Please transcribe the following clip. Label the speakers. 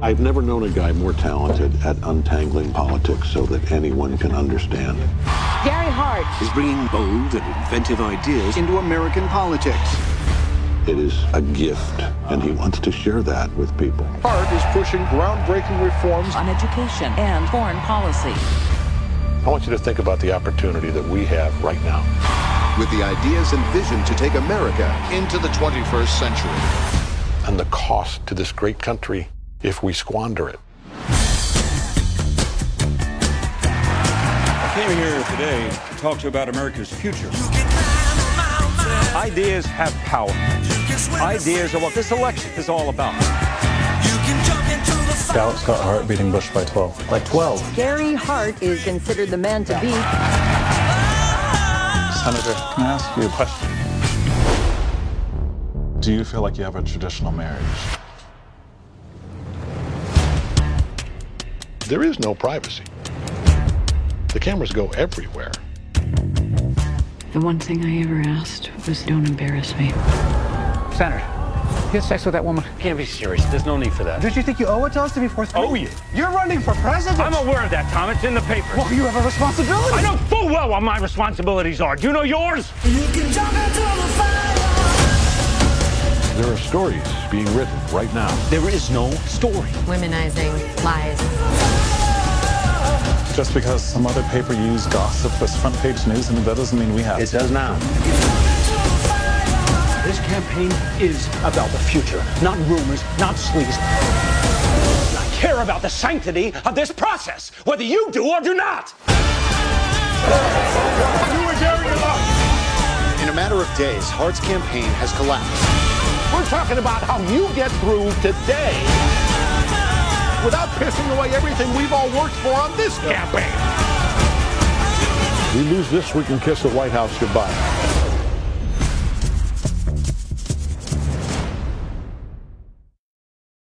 Speaker 1: I've never known a guy more talented at untangling politics so that anyone can understand.
Speaker 2: Gary Hart.
Speaker 3: is bringing bold and inventive ideas into American politics.
Speaker 1: It is a gift, and he wants to share that with people.
Speaker 4: Hart is pushing groundbreaking reforms.
Speaker 2: On education and foreign policy.
Speaker 5: I want you to think about the opportunity that we have right now.
Speaker 6: With the ideas and vision to take America into the 21st century.
Speaker 5: and the cost to this great country if we squander it.
Speaker 7: I came here today to talk to you about America's future. Ideas have power. Ideas are what this election is all about.
Speaker 8: Doubt Scott Hart beating Bush by 12. By 12?
Speaker 2: Gary Hart is considered the man to beat.
Speaker 8: Senator, can I ask you a question? Do you feel like you have a traditional marriage?
Speaker 5: There is no privacy. The cameras go everywhere.
Speaker 9: The one thing I ever asked was don't embarrass me.
Speaker 10: Senator, he had sex with that woman.
Speaker 11: can't be serious. There's no need for that.
Speaker 10: Don't you think you owe it to us to be forthcoming?
Speaker 11: Owe you?
Speaker 10: You're running for president.
Speaker 11: I'm aware of that, Tom. It's in the paper.
Speaker 10: Well, you have a responsibility.
Speaker 11: I know full well what my responsibilities are. Do you know yours?
Speaker 1: There are stories being written right now.
Speaker 3: There is no story.
Speaker 9: Womenizing lies.
Speaker 8: Just because some other paper used gossip as front page news, and that doesn't mean we have.
Speaker 3: does now.
Speaker 10: This campaign is about the future, not rumors, not sleaze.
Speaker 11: I care about the sanctity of this process, whether you do or do not.
Speaker 6: In a matter of days, Hart's campaign has collapsed.
Speaker 4: We're talking about how you get through today without pissing away everything we've all worked for on this campaign.
Speaker 5: We lose this, we can kiss the White House goodbye.